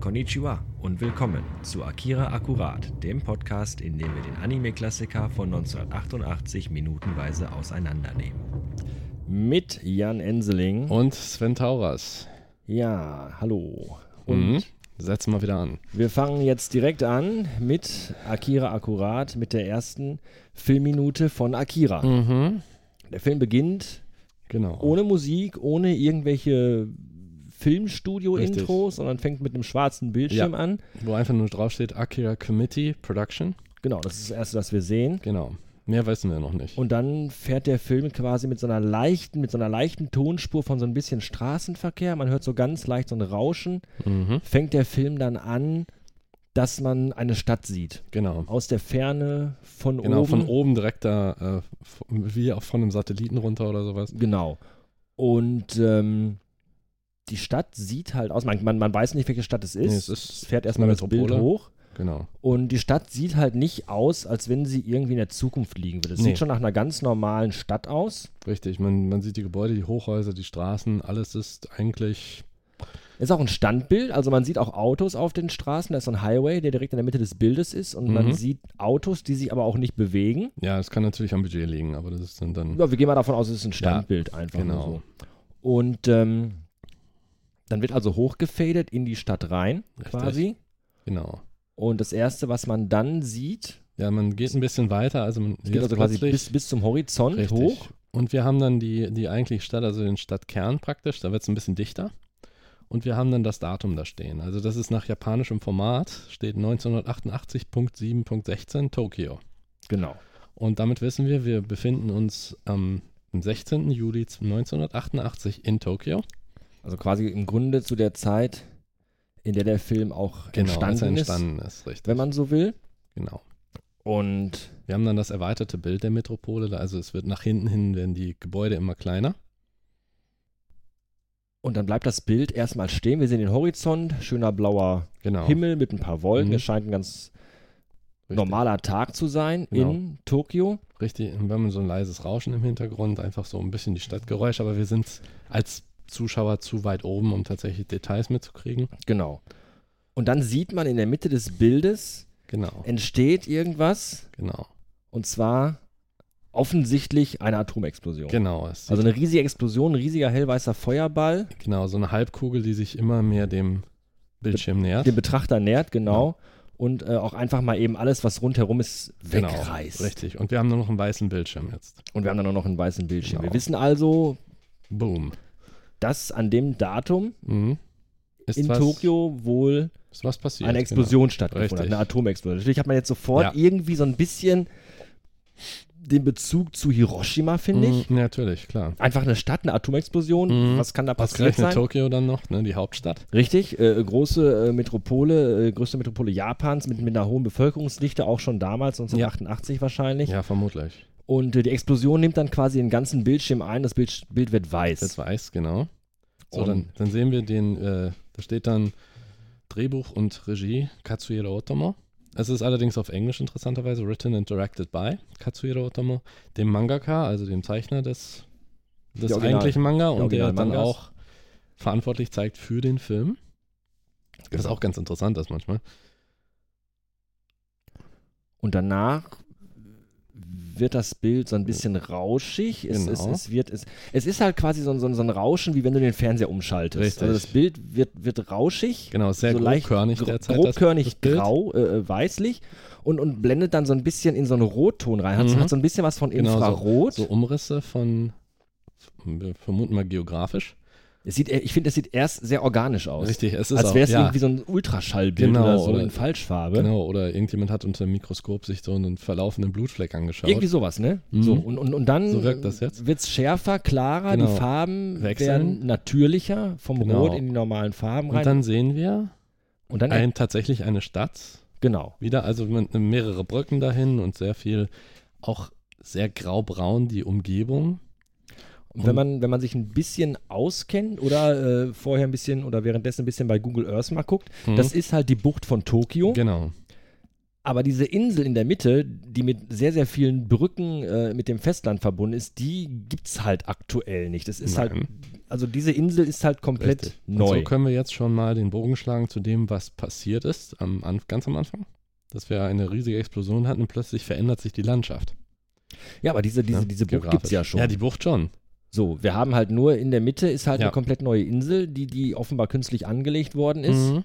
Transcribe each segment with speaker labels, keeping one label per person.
Speaker 1: Konnichiwa und willkommen zu Akira Akkurat, dem Podcast, in dem wir den Anime-Klassiker von 1988 minutenweise auseinandernehmen. Mit Jan Enseling.
Speaker 2: Und Sven Tauras.
Speaker 1: Ja, hallo.
Speaker 2: Und mhm. setzen wir wieder an.
Speaker 1: Wir fangen jetzt direkt an mit Akira Akkurat, mit der ersten Filmminute von Akira.
Speaker 2: Mhm.
Speaker 1: Der Film beginnt
Speaker 2: Genau.
Speaker 1: ohne Musik, ohne irgendwelche Filmstudio-Intros, sondern fängt mit einem schwarzen Bildschirm
Speaker 2: Ja.
Speaker 1: an.
Speaker 2: Wo einfach nur draufsteht Akira Committee Production.
Speaker 1: Genau, das ist das Erste, das wir sehen.
Speaker 2: Genau. Mehr wissen wir noch nicht.
Speaker 1: Und dann fährt der Film quasi mit so einer leichten, mit so einer leichten Tonspur von so ein bisschen Straßenverkehr. Man hört so ganz leicht so ein Rauschen.
Speaker 2: mhm.
Speaker 1: Fängt der Film dann an, dass man eine Stadt sieht.
Speaker 2: Genau.
Speaker 1: Aus der Ferne von
Speaker 2: Genau,
Speaker 1: oben.
Speaker 2: von oben direkt da, äh, f- wie auch von einem Satelliten runter oder sowas.
Speaker 1: Genau. Und ähm, die Stadt sieht halt aus. Man, man, man weiß nicht, welche Stadt es ist.
Speaker 2: Nee, es ist
Speaker 1: fährt erstmal
Speaker 2: eine
Speaker 1: das Bild
Speaker 2: Metropole.
Speaker 1: hoch.
Speaker 2: Genau.
Speaker 1: Und die Stadt sieht halt nicht aus, als wenn sie irgendwie in der Zukunft liegen würde. Es
Speaker 2: Nee.
Speaker 1: sieht schon nach einer ganz normalen Stadt aus.
Speaker 2: Richtig. Man, man sieht die Gebäude, die Hochhäuser, die Straßen, alles ist eigentlich.
Speaker 1: Ist auch ein Standbild, also man sieht auch Autos auf den Straßen. Da ist so ein Highway, der direkt in der Mitte des Bildes ist. Und man
Speaker 2: Mhm.
Speaker 1: sieht Autos, die sich aber auch nicht bewegen.
Speaker 2: Ja, es kann natürlich am Budget liegen, aber das ist dann. dann
Speaker 1: Ja, wir gehen mal davon aus, es ist ein Standbild einfach.
Speaker 2: genau.
Speaker 1: Nur so. Und ähm, dann wird also hochgefadet in die Stadt rein,
Speaker 2: Richtig.
Speaker 1: quasi.
Speaker 2: genau.
Speaker 1: Und das Erste, was man dann sieht,
Speaker 2: Ja, man geht ein bisschen weiter. Also man
Speaker 1: es geht also quasi bis, bis zum Horizont
Speaker 2: Richtig.
Speaker 1: hoch.
Speaker 2: Und wir haben dann die, die eigentliche Stadt, also den Stadtkern praktisch, da wird es ein bisschen dichter. Und wir haben dann das Datum da stehen. Also das ist nach japanischem Format, steht 1988.7.16 Tokio.
Speaker 1: Genau.
Speaker 2: Und damit wissen wir, wir befinden uns am 16. Juli 1988 in Tokio.
Speaker 1: Also quasi im Grunde zu der Zeit, in der der Film auch
Speaker 2: als Genau, er
Speaker 1: entstanden,
Speaker 2: entstanden ist.
Speaker 1: ist,
Speaker 2: Richtig.
Speaker 1: wenn man so will.
Speaker 2: genau.
Speaker 1: Und
Speaker 2: Wir haben dann das erweiterte Bild der Metropole. da- Also es wird nach hinten hin, werden die Gebäude immer kleiner.
Speaker 1: Und dann bleibt das Bild erstmal stehen. Wir sehen den Horizont, schöner blauer
Speaker 2: Genau.
Speaker 1: Himmel mit ein paar Wolken.
Speaker 2: Mhm.
Speaker 1: Es scheint ein ganz
Speaker 2: Richtig.
Speaker 1: normaler Tag zu sein
Speaker 2: Genau.
Speaker 1: in Tokio.
Speaker 2: Richtig, und wir haben so ein leises Rauschen im Hintergrund, einfach so ein bisschen die Stadtgeräusche, aber wir sind als Zuschauer zu weit oben, um tatsächlich Details mitzukriegen.
Speaker 1: Genau. Und dann sieht man in der Mitte des Bildes
Speaker 2: Genau,
Speaker 1: entsteht irgendwas.
Speaker 2: genau,
Speaker 1: Und zwar offensichtlich eine Atomexplosion.
Speaker 2: genau. Es
Speaker 1: Also eine riesige Explosion, ein riesiger hellweißer Feuerball,
Speaker 2: genau, so eine Halbkugel, die sich immer mehr dem Bildschirm nähert.
Speaker 1: den Betrachter nährt, genau. Und äh, auch einfach mal eben alles, was rundherum ist, wegreißt.
Speaker 2: Genau, richtig. Und wir haben nur noch einen weißen Bildschirm jetzt.
Speaker 1: Und wir haben dann auch noch einen weißen Bildschirm.
Speaker 2: Genau.
Speaker 1: Wir wissen also,
Speaker 2: Boom.
Speaker 1: dass an dem Datum
Speaker 2: Mhm. Ist
Speaker 1: in
Speaker 2: was,
Speaker 1: Tokio wohl
Speaker 2: Ist was passiert?
Speaker 1: eine Explosion stattgefunden
Speaker 2: Richtig.
Speaker 1: hat, eine Atomexplosion. Natürlich hat man jetzt sofort
Speaker 2: Ja.
Speaker 1: irgendwie so ein bisschen den Bezug zu Hiroshima, finde
Speaker 2: Genau.
Speaker 1: ich.
Speaker 2: Mhm, natürlich, klar.
Speaker 1: Einfach eine Stadt, eine Atomexplosion,
Speaker 2: Mhm.
Speaker 1: was kann da
Speaker 2: Was
Speaker 1: passiert
Speaker 2: gleich
Speaker 1: sein?
Speaker 2: Tokio dann noch, ne? Die Hauptstadt.
Speaker 1: Richtig, äh, große äh, Metropole, äh, größte Metropole Japans mit, mit einer hohen Bevölkerungsdichte, auch schon damals, 1988 wahrscheinlich.
Speaker 2: Ja, vermutlich.
Speaker 1: Und äh, die Explosion nimmt dann quasi den ganzen Bildschirm ein, das Bild, Bild wird weiß.
Speaker 2: Das weiß, genau. So,
Speaker 1: Und-
Speaker 2: dann, dann sehen wir den, äh, da steht dann Drehbuch und Regie Katsuhiro Otomo. Es ist allerdings auf Englisch interessanterweise written and directed by Katsuhiro Otomo, dem Mangaka, also dem Zeichner des, des
Speaker 1: Der Original-
Speaker 2: eigentlichen Manga
Speaker 1: der
Speaker 2: und der dann
Speaker 1: Originalmangas.
Speaker 2: auch verantwortlich zeigt für den Film. Das
Speaker 1: Genau.
Speaker 2: ist auch ganz interessant, das manchmal.
Speaker 1: Und danach wird das Bild so ein bisschen rauschig. Es,
Speaker 2: Genau.
Speaker 1: es, es, wird, es, es ist halt quasi so, ein- so, ein- so ein Rauschen, wie wenn du den Fernseher umschaltest.
Speaker 2: Richtig.
Speaker 1: Also das Bild wird, wird rauschig,
Speaker 2: Genau, sehr
Speaker 1: So leicht
Speaker 2: grobkörnig
Speaker 1: gro-
Speaker 2: derzeit. das, das
Speaker 1: grobkörnig
Speaker 2: Bild.
Speaker 1: grau, äh, äh, weißlich und, und blendet dann so ein bisschen in so einen Rotton rein. Hat, so-
Speaker 2: Mhm.
Speaker 1: hat so ein bisschen was von
Speaker 2: Genau, so-
Speaker 1: Infrarot.
Speaker 2: So Umrisse von, wir vermuten mal geografisch.
Speaker 1: Es sieht, ich finde, es sieht erst sehr organisch aus.
Speaker 2: Richtig, es ist
Speaker 1: Als
Speaker 2: auch,
Speaker 1: wäre es
Speaker 2: ja.
Speaker 1: irgendwie so ein Ultraschallbild
Speaker 2: Genau,
Speaker 1: oder so
Speaker 2: oder-
Speaker 1: in Falschfarbe.
Speaker 2: Genau, oder irgendjemand hat unter dem Mikroskop sich so einen verlaufenden Blutfleck angeschaut.
Speaker 1: Irgendwie sowas, ne?
Speaker 2: Mhm.
Speaker 1: So, und, und, und dann
Speaker 2: So wirkt das jetzt.
Speaker 1: wird es schärfer, klarer,
Speaker 2: Genau.
Speaker 1: die Farben
Speaker 2: Wechseln.
Speaker 1: werden natürlicher, vom
Speaker 2: Genau.
Speaker 1: Rot in die normalen Farben rein.
Speaker 2: und dann sehen wir
Speaker 1: und dann
Speaker 2: ein, tatsächlich eine Stadt.
Speaker 1: genau.
Speaker 2: Wieder, also man- mehrere Brücken dahin und sehr viel, auch sehr graubraun die Umgebung.
Speaker 1: Und wenn man, wenn man sich ein bisschen auskennt oder äh, vorher ein bisschen oder währenddessen ein bisschen bei Google Earth mal guckt,
Speaker 2: Mhm.
Speaker 1: das ist halt die Bucht von Tokio,
Speaker 2: Hm. Genau.
Speaker 1: Aber diese Insel in der Mitte, die mit sehr, sehr vielen Brücken äh, mit dem Festland verbunden ist, die gibt es halt aktuell nicht. Es ist halt,
Speaker 2: Nein.
Speaker 1: also diese Insel ist halt komplett
Speaker 2: Richtig. Und
Speaker 1: neu.
Speaker 2: so können wir jetzt schon mal den Bogen schlagen zu dem, was passiert ist, am, Anf- ganz am Anfang. Dass wir eine riesige Explosion hatten und plötzlich verändert sich die Landschaft.
Speaker 1: ja, aber diese, diese,
Speaker 2: ne,
Speaker 1: diese Bucht
Speaker 2: geografisch.
Speaker 1: gibt es ja schon.
Speaker 2: Ja, die Bucht schon.
Speaker 1: so, wir haben halt nur in der Mitte ist halt
Speaker 2: Ja.
Speaker 1: eine komplett neue Insel, die, die offenbar künstlich angelegt worden ist.
Speaker 2: Mhm.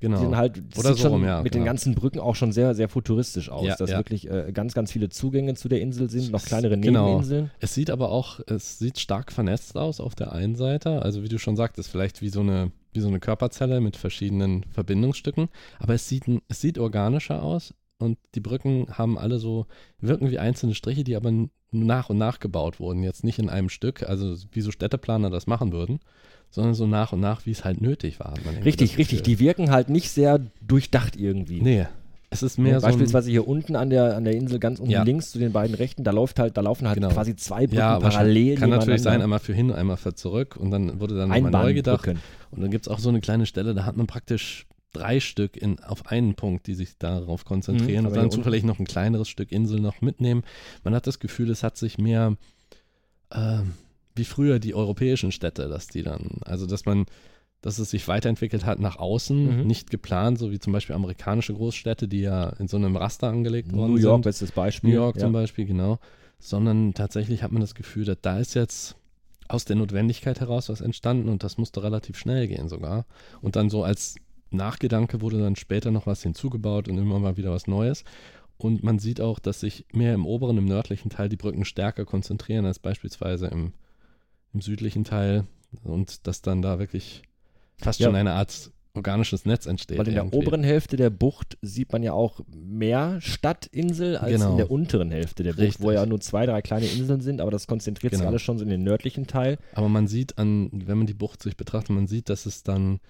Speaker 2: Genau.
Speaker 1: Die sind halt, das
Speaker 2: Oder
Speaker 1: sieht
Speaker 2: so
Speaker 1: schon
Speaker 2: rum, ja,
Speaker 1: mit den
Speaker 2: genau.
Speaker 1: ganzen Brücken auch schon sehr, sehr futuristisch aus,
Speaker 2: Ja,
Speaker 1: dass
Speaker 2: ja.
Speaker 1: wirklich äh, ganz, ganz viele Zugänge zu der Insel sind, noch
Speaker 2: Es-
Speaker 1: kleinere
Speaker 2: genau.
Speaker 1: Nebeninseln.
Speaker 2: Es sieht aber auch, es sieht stark vernetzt aus auf der einen Seite. Also wie du schon sagtest, vielleicht wie so eine, wie so eine Körperzelle mit verschiedenen Verbindungsstücken. Aber es sieht, es sieht organischer aus und die Brücken haben alle so, wirken wie einzelne Striche, die aber n- nach und nach gebaut wurden. Jetzt nicht in einem Stück, also wie so Städteplaner das machen würden, sondern so nach und nach, wie es halt nötig war. hat man irgendwie
Speaker 1: Richtig,
Speaker 2: das
Speaker 1: richtig.
Speaker 2: Gefühl.
Speaker 1: Die wirken halt nicht sehr durchdacht irgendwie.
Speaker 2: nee, es ist mehr so ein,
Speaker 1: Beispielsweise hier unten an der, an der Insel ganz unten
Speaker 2: Ja.
Speaker 1: links zu den beiden rechten, da läuft halt, da laufen halt
Speaker 2: Genau.
Speaker 1: quasi zwei Brücken
Speaker 2: ja,
Speaker 1: parallel.
Speaker 2: wahrscheinlich- kann natürlich sein,
Speaker 1: nebeneinander.
Speaker 2: einmal für hin, einmal für zurück und dann wurde dann nochmal neu gedacht.
Speaker 1: Einbahnbrücken.
Speaker 2: Und dann gibt es auch so eine kleine Stelle, da hat man praktisch drei Stück in, auf einen Punkt, die sich darauf
Speaker 1: Mhm,
Speaker 2: konzentrieren
Speaker 1: aber
Speaker 2: und
Speaker 1: hier
Speaker 2: dann
Speaker 1: unten-
Speaker 2: zufällig noch ein kleineres Stück Insel noch mitnehmen. Man hat das Gefühl, es hat sich mehr ähm, wie früher die europäischen Städte, dass die dann, also dass man, dass es sich weiterentwickelt hat nach außen,
Speaker 1: Mhm.
Speaker 2: nicht geplant, so wie zum Beispiel amerikanische Großstädte, die ja in so einem Raster angelegt worden
Speaker 1: New York,
Speaker 2: sind.
Speaker 1: bestes Beispiel.
Speaker 2: New York
Speaker 1: ja.
Speaker 2: zum Beispiel, genau. Sondern tatsächlich hat man das Gefühl, dass da ist jetzt aus der Notwendigkeit heraus was entstanden und das musste relativ schnell gehen sogar. Und dann so als Nachgedanke wurde dann später noch was hinzugebaut und immer mal wieder was Neues. Und man sieht auch, dass sich mehr im oberen, im nördlichen Teil die Brücken stärker konzentrieren als beispielsweise im, im südlichen Teil und dass dann da wirklich fast
Speaker 1: Ja.
Speaker 2: schon eine Art organisches Netz entsteht.
Speaker 1: Weil in der
Speaker 2: irgendwie.
Speaker 1: oberen Hälfte der Bucht sieht man ja auch mehr Stadtinsel als
Speaker 2: Genau.
Speaker 1: in der unteren Hälfte der Bucht,
Speaker 2: Richtig.
Speaker 1: wo ja nur zwei, drei kleine Inseln sind, aber das konzentriert sich
Speaker 2: Genau.
Speaker 1: alles schon so in den nördlichen Teil.
Speaker 2: Aber man sieht an, wenn man die Bucht sich betrachtet, man sieht, dass es dann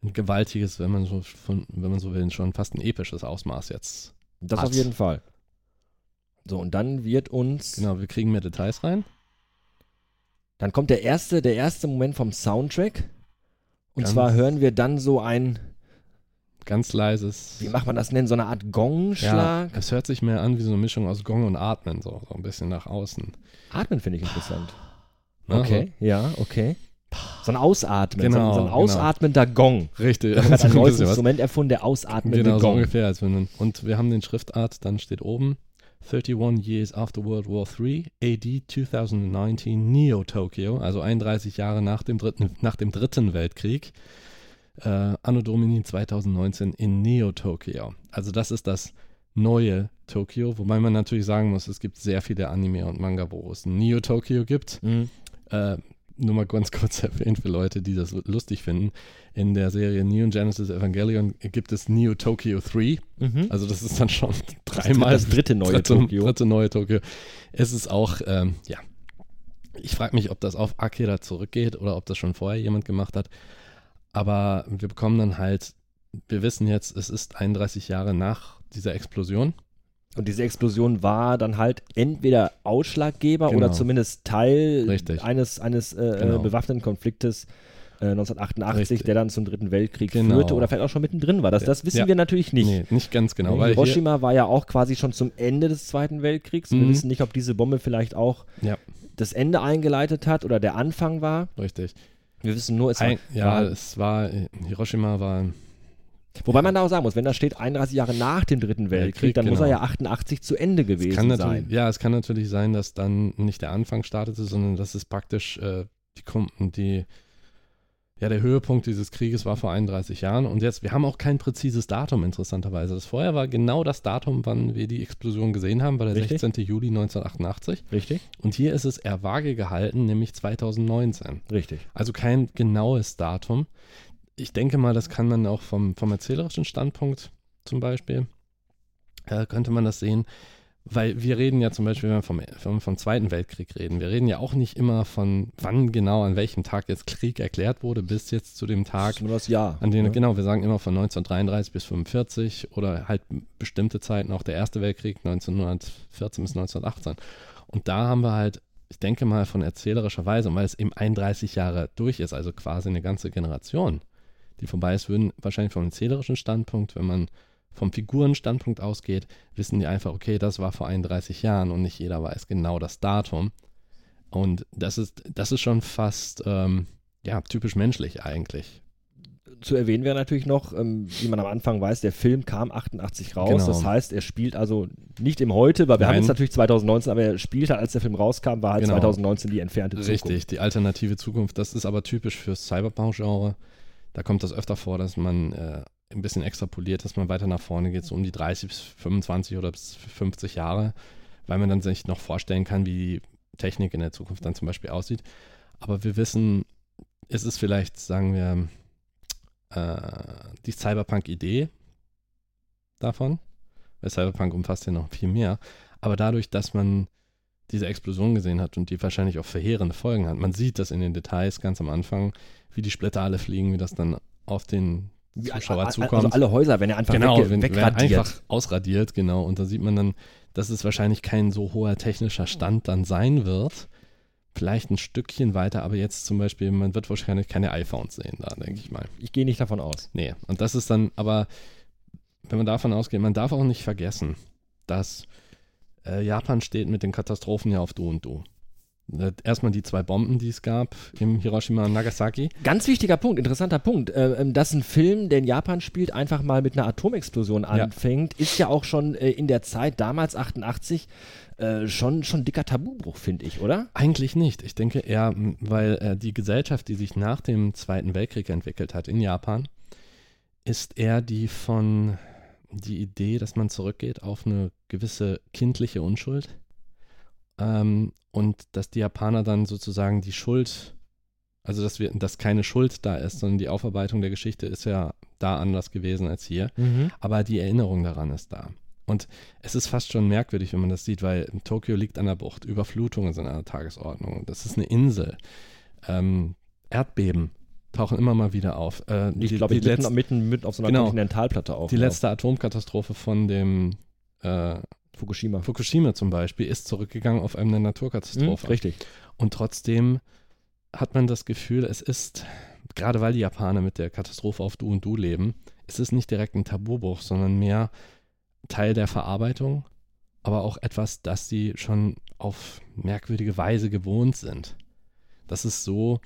Speaker 2: ein gewaltiges, wenn man so von, wenn man so will, schon fast ein episches Ausmaß jetzt.
Speaker 1: Das
Speaker 2: Hat's.
Speaker 1: auf jeden Fall. So, und dann wird uns,
Speaker 2: Genau, wir kriegen mehr Details rein.
Speaker 1: dann kommt der erste, der erste Moment vom Soundtrack. Und
Speaker 2: Ganz-
Speaker 1: zwar hören wir dann so ein,
Speaker 2: Ganz leises.
Speaker 1: wie macht man das nennen, so eine Art
Speaker 2: ja,
Speaker 1: Gongschlag.
Speaker 2: es hört sich mehr an wie so eine Mischung aus Gong und Atmen, so, so ein bisschen nach außen.
Speaker 1: Atmen finde ich interessant.
Speaker 2: Ne,
Speaker 1: Okay, ja, okay. So ein Ausatmen,
Speaker 2: Genau,
Speaker 1: so ein, so ein
Speaker 2: genau.
Speaker 1: ausatmender Gong.
Speaker 2: So. Richtig.
Speaker 1: Hat
Speaker 2: so
Speaker 1: ein
Speaker 2: ein
Speaker 1: neues
Speaker 2: bisschen was.
Speaker 1: Instrument erfunden, der ausatmende
Speaker 2: Genau, so
Speaker 1: Gong.
Speaker 2: ungefähr. Als wenn man, und wir haben den Schriftart, dann steht oben 31 Years After World War III, AD 2019, Neo-Tokyo, also 31 Jahre nach dem Dritten, nach dem dritten Weltkrieg, äh, Anno Domini 2019 in Neo-Tokyo. Also das ist das neue Tokio, wobei man natürlich sagen muss, es gibt sehr viele Anime und Manga, wo es ein Neo-Tokyo gibt.
Speaker 1: Mhm.
Speaker 2: Äh, nur mal ganz kurz erwähnt für Leute, die das lu- lustig finden. In der Serie Neon Genesis Evangelion gibt es Neo Tokyo 3.
Speaker 1: Mhm.
Speaker 2: Also das ist dann schon
Speaker 1: Das
Speaker 2: dreimal
Speaker 1: dritte- das dritte neue
Speaker 2: dritte,
Speaker 1: Tokio.
Speaker 2: dritte neue Tokio. Es ist auch, ähm, ja, ich frage mich, ob das auf Akira zurückgeht oder ob das schon vorher jemand gemacht hat. Aber wir bekommen dann halt, wir wissen jetzt, es ist 31 Jahre nach dieser Explosion.
Speaker 1: Und diese Explosion war dann halt entweder Ausschlaggeber
Speaker 2: Genau.
Speaker 1: oder zumindest Teil
Speaker 2: Richtig.
Speaker 1: eines, eines äh, äh,
Speaker 2: Genau.
Speaker 1: bewaffneten Konfliktes äh, 1988,
Speaker 2: Richtig.
Speaker 1: der dann zum Dritten Weltkrieg
Speaker 2: Genau.
Speaker 1: führte oder vielleicht auch schon mittendrin war. Das, das wissen
Speaker 2: Ja.
Speaker 1: wir natürlich nicht.
Speaker 2: Nee, nicht ganz genau. weil hier-
Speaker 1: Hiroshima war ja auch quasi schon zum Ende des Zweiten Weltkriegs. Wir
Speaker 2: Mhm.
Speaker 1: wissen nicht, ob diese Bombe vielleicht auch
Speaker 2: Ja.
Speaker 1: das Ende eingeleitet hat oder der Anfang war.
Speaker 2: Richtig.
Speaker 1: Wir wissen nur, es war,
Speaker 2: Ein, ja,
Speaker 1: war
Speaker 2: es war, Hiroshima war
Speaker 1: Wobei man da auch sagen muss, wenn da steht 31 Jahre nach dem Dritten Weltkrieg,
Speaker 2: Weltkrieg,
Speaker 1: dann muss er
Speaker 2: genau.
Speaker 1: ja 88 zu Ende gewesen
Speaker 2: Es kann natürlich,
Speaker 1: sein.
Speaker 2: ja, es kann natürlich sein, dass dann nicht der Anfang startete, sondern dass es praktisch äh, die, Kom- die ja, der Höhepunkt dieses Krieges war vor 31 Jahren und jetzt, wir haben auch kein präzises Datum, interessanterweise. Das vorher war genau das Datum, wann wir die Explosion gesehen haben, war der
Speaker 1: Richtig.
Speaker 2: 16. Juli 1988
Speaker 1: Richtig?
Speaker 2: und hier ist es eher vage gehalten, nämlich 2019.
Speaker 1: Richtig.
Speaker 2: Also kein genaues Datum. Ich denke mal, das kann man auch vom, vom erzählerischen Standpunkt zum Beispiel, äh, könnte man das sehen. Weil wir reden ja zum Beispiel, wenn wir vom, vom, vom Zweiten Weltkrieg reden, wir reden ja auch nicht immer von wann genau, an welchem Tag jetzt Krieg erklärt wurde, bis jetzt zu dem Tag,
Speaker 1: Das ist nur das Jahr.
Speaker 2: an den,
Speaker 1: ne?
Speaker 2: genau, wir sagen immer von 1933 bis 45 oder halt bestimmte Zeiten, auch der Erste Weltkrieg 1914 bis 1918. Und da haben wir halt, ich denke mal von erzählerischer Weise, und weil es eben 31 Jahre durch ist, also quasi eine ganze Generation, die vorbei ist, würden wahrscheinlich vom erzählerischen Standpunkt, wenn man vom Figurenstandpunkt ausgeht, wissen die einfach, okay, das war vor 31 Jahren und nicht jeder weiß genau das Datum. Und das ist, das ist schon fast ähm, ja, typisch menschlich eigentlich.
Speaker 1: Zu erwähnen wäre natürlich noch, ähm, wie man am Anfang weiß, der Film kam 88 raus.
Speaker 2: Genau.
Speaker 1: Das heißt, er spielt also nicht im Heute, weil wir haben
Speaker 2: Nein.
Speaker 1: jetzt natürlich 2019, aber er spielt halt, als der Film rauskam, war halt
Speaker 2: Genau.
Speaker 1: 2019 die entfernte Zukunft.
Speaker 2: Richtig, die alternative Zukunft. Das ist aber typisch fürs Cyberpunk-Genre. Da kommt das öfter vor, dass man äh, ein bisschen extrapoliert, dass man weiter nach vorne geht, so um die 30 bis 25 oder bis 50 Jahre, weil man dann sich noch vorstellen kann, wie die Technik in der Zukunft dann zum Beispiel aussieht. Aber wir wissen, es ist vielleicht, sagen wir, äh, die Cyberpunk-Idee davon, weil Cyberpunk umfasst ja noch viel mehr. Aber dadurch, dass man diese Explosion gesehen hat und die wahrscheinlich auch verheerende Folgen hat. Man sieht das in den Details ganz am Anfang, wie die Splitter alle fliegen, wie das dann auf den
Speaker 1: Wie-
Speaker 2: Zuschauer
Speaker 1: also
Speaker 2: zukommt.
Speaker 1: alle Häuser, wenn er einfach
Speaker 2: genau,
Speaker 1: wegge-
Speaker 2: wenn, wenn
Speaker 1: wegradiert.
Speaker 2: einfach ausradiert, genau. Und da sieht man dann, dass es wahrscheinlich kein so hoher technischer Stand dann sein wird. Vielleicht ein Stückchen weiter, aber jetzt zum Beispiel, man wird wahrscheinlich keine iPhones sehen da, denke ich mal.
Speaker 1: ich gehe nicht davon aus.
Speaker 2: Nee, und das ist dann, aber wenn man davon ausgeht, man darf auch nicht vergessen, dass äh, Japan steht mit den Katastrophen ja auf Du und Du. Äh, Erstmal die zwei Bomben, die es gab im Hiroshima und Nagasaki.
Speaker 1: Ganz wichtiger Punkt, interessanter Punkt, äh, ähm, dass ein Film, der in Japan spielt, einfach mal mit einer Atomexplosion anfängt, ist ja auch schon äh, in der Zeit damals 88 äh, schon schon dicker Tabubruch, finde ich, oder?
Speaker 2: Eigentlich nicht. Ich denke eher, m, weil äh, die Gesellschaft, die sich nach dem Zweiten Weltkrieg entwickelt hat in Japan, ist eher die von die Idee, dass man zurückgeht auf eine gewisse kindliche Unschuld ähm, und dass die Japaner dann sozusagen die Schuld, also dass wir, dass keine Schuld da ist, sondern die Aufarbeitung der Geschichte ist ja da anders gewesen als hier aber die Erinnerung daran ist da. Und es ist fast schon merkwürdig, wenn man das sieht, weil Tokio liegt an der Bucht, Überflutungen sind an der Tagesordnung, das ist eine Insel, ähm, Erdbeben tauchen immer mal wieder auf. Äh,
Speaker 1: Ich
Speaker 2: die-
Speaker 1: glaube,
Speaker 2: die
Speaker 1: ich mitten,
Speaker 2: letzte-
Speaker 1: mitten, mitten auf so einer
Speaker 2: Genau.
Speaker 1: Kontinentalplatte auf.
Speaker 2: die letzte Atomkatastrophe von dem äh,
Speaker 1: Fukushima.
Speaker 2: Fukushima zum Beispiel ist zurückgegangen auf eine Naturkatastrophe.
Speaker 1: Hm, Richtig.
Speaker 2: Und trotzdem hat man das Gefühl, es ist, gerade weil die Japaner mit der Katastrophe auf Du und Du leben, es ist nicht direkt ein Tabubruch, sondern mehr Teil der Verarbeitung, aber auch etwas, das sie schon auf merkwürdige Weise gewohnt sind. Das ist so,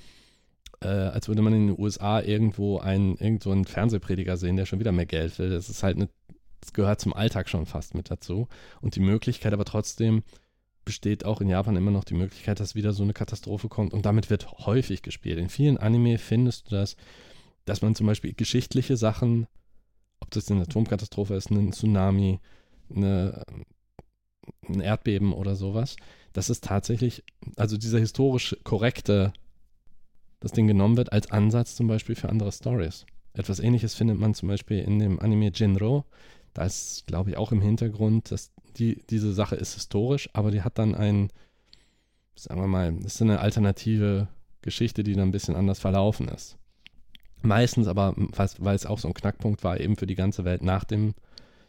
Speaker 2: äh, als würde man in den USA irgendwo einen, irgend so einen Fernsehprediger sehen, der schon wieder mehr Geld will. Das ist halt eine, das gehört zum Alltag schon fast mit dazu. Und die Möglichkeit aber trotzdem, besteht auch in Japan immer noch die Möglichkeit, dass wieder so eine Katastrophe kommt und damit wird häufig gespielt. In vielen Anime findest du das, dass man zum Beispiel geschichtliche Sachen, ob das eine Atomkatastrophe ist, ein Tsunami, eine, ein Erdbeben oder sowas, dass es tatsächlich, also dieser historisch korrekte, das Ding genommen wird als Ansatz zum Beispiel für andere Stories. Etwas ähnliches findet man zum Beispiel in dem Anime Jinro. Da ist, glaube ich, auch im Hintergrund, dass die, diese Sache ist historisch, aber die hat dann ein, sagen wir mal, das ist eine alternative Geschichte, die dann ein bisschen anders verlaufen ist. Meistens aber, was- weil es auch so ein Knackpunkt war, eben für die ganze Welt nach dem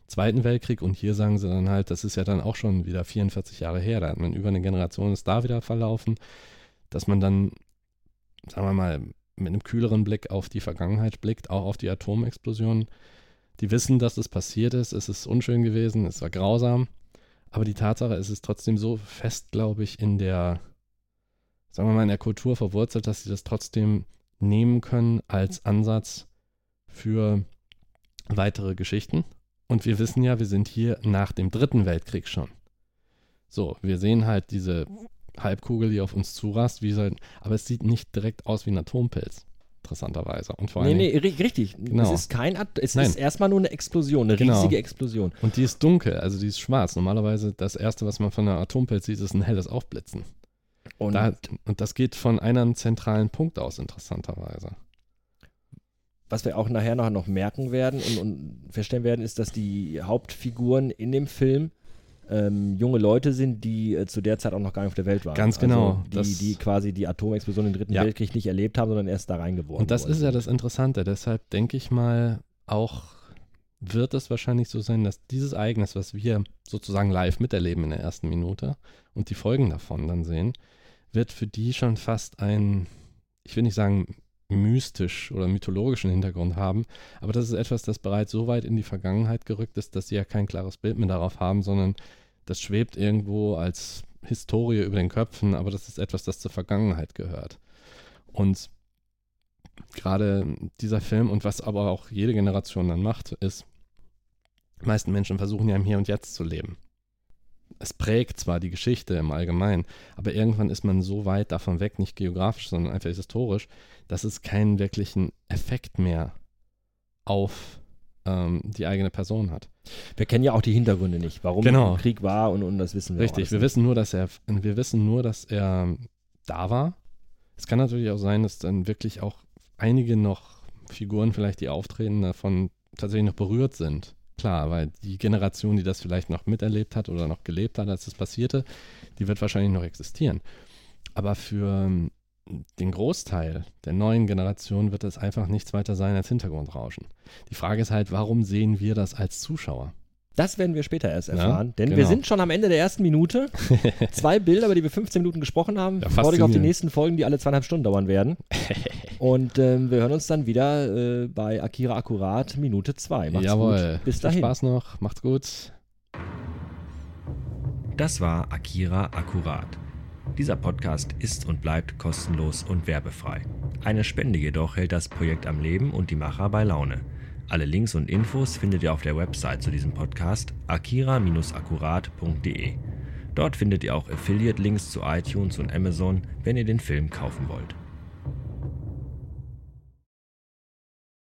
Speaker 2: Zweiten Weltkrieg. Und hier sagen sie dann halt, das ist ja dann auch schon wieder 44 Jahre her. Da hat man über eine Generation ist da wieder verlaufen, dass man dann, sagen wir mal, mit einem kühleren Blick auf die Vergangenheit blickt, auch auf die Atomexplosionen. Die wissen, dass es passiert ist, es ist unschön gewesen, es war grausam. Aber die Tatsache ist, es ist trotzdem so fest, glaube ich, in der, sagen wir mal, in der Kultur verwurzelt, dass sie das trotzdem nehmen können als Ansatz für weitere Geschichten. Und wir wissen ja, wir sind hier nach dem Dritten Weltkrieg schon. So, wir sehen halt diese Halbkugel, die auf uns zurast, wie soll, aber es sieht nicht direkt aus wie ein Atompilz, interessanterweise. Und vor
Speaker 1: Nee,
Speaker 2: allen Dingen-
Speaker 1: nee, ri- richtig.
Speaker 2: Genau.
Speaker 1: Es ist kein At es
Speaker 2: Nein.
Speaker 1: ist erstmal nur eine Explosion, eine
Speaker 2: Genau.
Speaker 1: riesige Explosion.
Speaker 2: Und die ist dunkel, also die ist schwarz. Normalerweise das erste, was man von einer Atompilz sieht, ist ein helles Aufblitzen.
Speaker 1: Und
Speaker 2: Da, und das geht von einem zentralen Punkt aus, interessanterweise.
Speaker 1: was wir auch nachher noch, noch merken werden und, und feststellen werden, ist, dass die Hauptfiguren in dem Film ähm, junge Leute sind, die äh, zu der Zeit auch noch gar nicht auf der Welt waren.
Speaker 2: Ganz genau.
Speaker 1: Also die,
Speaker 2: Das-
Speaker 1: die quasi die Atomexplosion im Dritten
Speaker 2: Ja.
Speaker 1: Weltkrieg nicht erlebt haben, sondern erst da reingeboren
Speaker 2: Und das
Speaker 1: wurden.
Speaker 2: ist ja das Interessante. Deshalb denke ich mal, auch wird es wahrscheinlich so sein, dass dieses Ereignis, was wir sozusagen live miterleben in der ersten Minute und die Folgen davon dann sehen, wird für die schon fast ein, ich will nicht sagen mystisch oder mythologischen Hintergrund haben. Aber das ist etwas, das bereits so weit in die Vergangenheit gerückt ist, dass sie ja kein klares Bild mehr darauf haben, sondern das schwebt irgendwo als Historie über den Köpfen, aber das ist etwas, das zur Vergangenheit gehört. Und gerade dieser Film und was aber auch jede Generation dann macht, ist, die meisten Menschen versuchen ja im Hier und Jetzt zu leben. Es prägt zwar die Geschichte im Allgemeinen, aber irgendwann ist man so weit davon weg, nicht geografisch, sondern einfach historisch, dass es keinen wirklichen Effekt mehr auf ähm, die eigene Person hat.
Speaker 1: Wir kennen ja auch die Hintergründe nicht, warum
Speaker 2: Genau.
Speaker 1: der Krieg war und, und das wissen wir
Speaker 2: Richtig,
Speaker 1: auch
Speaker 2: wir
Speaker 1: alles
Speaker 2: wissen nur, dass er, wir wissen nur, dass er ähm, da war. Es kann natürlich auch sein, dass dann wirklich auch einige noch Figuren vielleicht, die auftreten, davon tatsächlich noch berührt sind. Klar, weil die Generation, die das vielleicht noch miterlebt hat oder noch gelebt hat, als es passierte, die wird wahrscheinlich noch existieren. Aber für ähm, den Großteil der neuen Generation wird das einfach nichts weiter sein als Hintergrundrauschen. Die Frage ist halt, warum sehen wir das als Zuschauer?
Speaker 1: nicht. Das werden wir später erst
Speaker 2: Ja,
Speaker 1: erfahren, denn wir
Speaker 2: genau.
Speaker 1: sind schon am Ende der ersten Minute. Zwei Bilder, über die wir 15 Minuten gesprochen haben.
Speaker 2: Ja,
Speaker 1: Freut euch auf die
Speaker 2: faszinierend.
Speaker 1: nächsten Folgen, die alle zweieinhalb Stunden dauern werden. Und ähm, wir hören uns dann wieder äh, bei Akira Akkurat Minute 2. Macht's
Speaker 2: Jawohl.
Speaker 1: gut. Bis
Speaker 2: Viel
Speaker 1: dahin.
Speaker 2: Spaß noch. Macht's gut.
Speaker 3: Das war Akira Akkurat. Dieser Podcast ist und bleibt kostenlos und werbefrei. Eine Spende jedoch hält das Projekt am Leben und die Macher bei Laune. Alle Links und Infos findet ihr auf der Website zu diesem Podcast akira-akkurat.de. Dort findet ihr auch Affiliate-Links zu iTunes und Amazon, wenn ihr den Film kaufen wollt.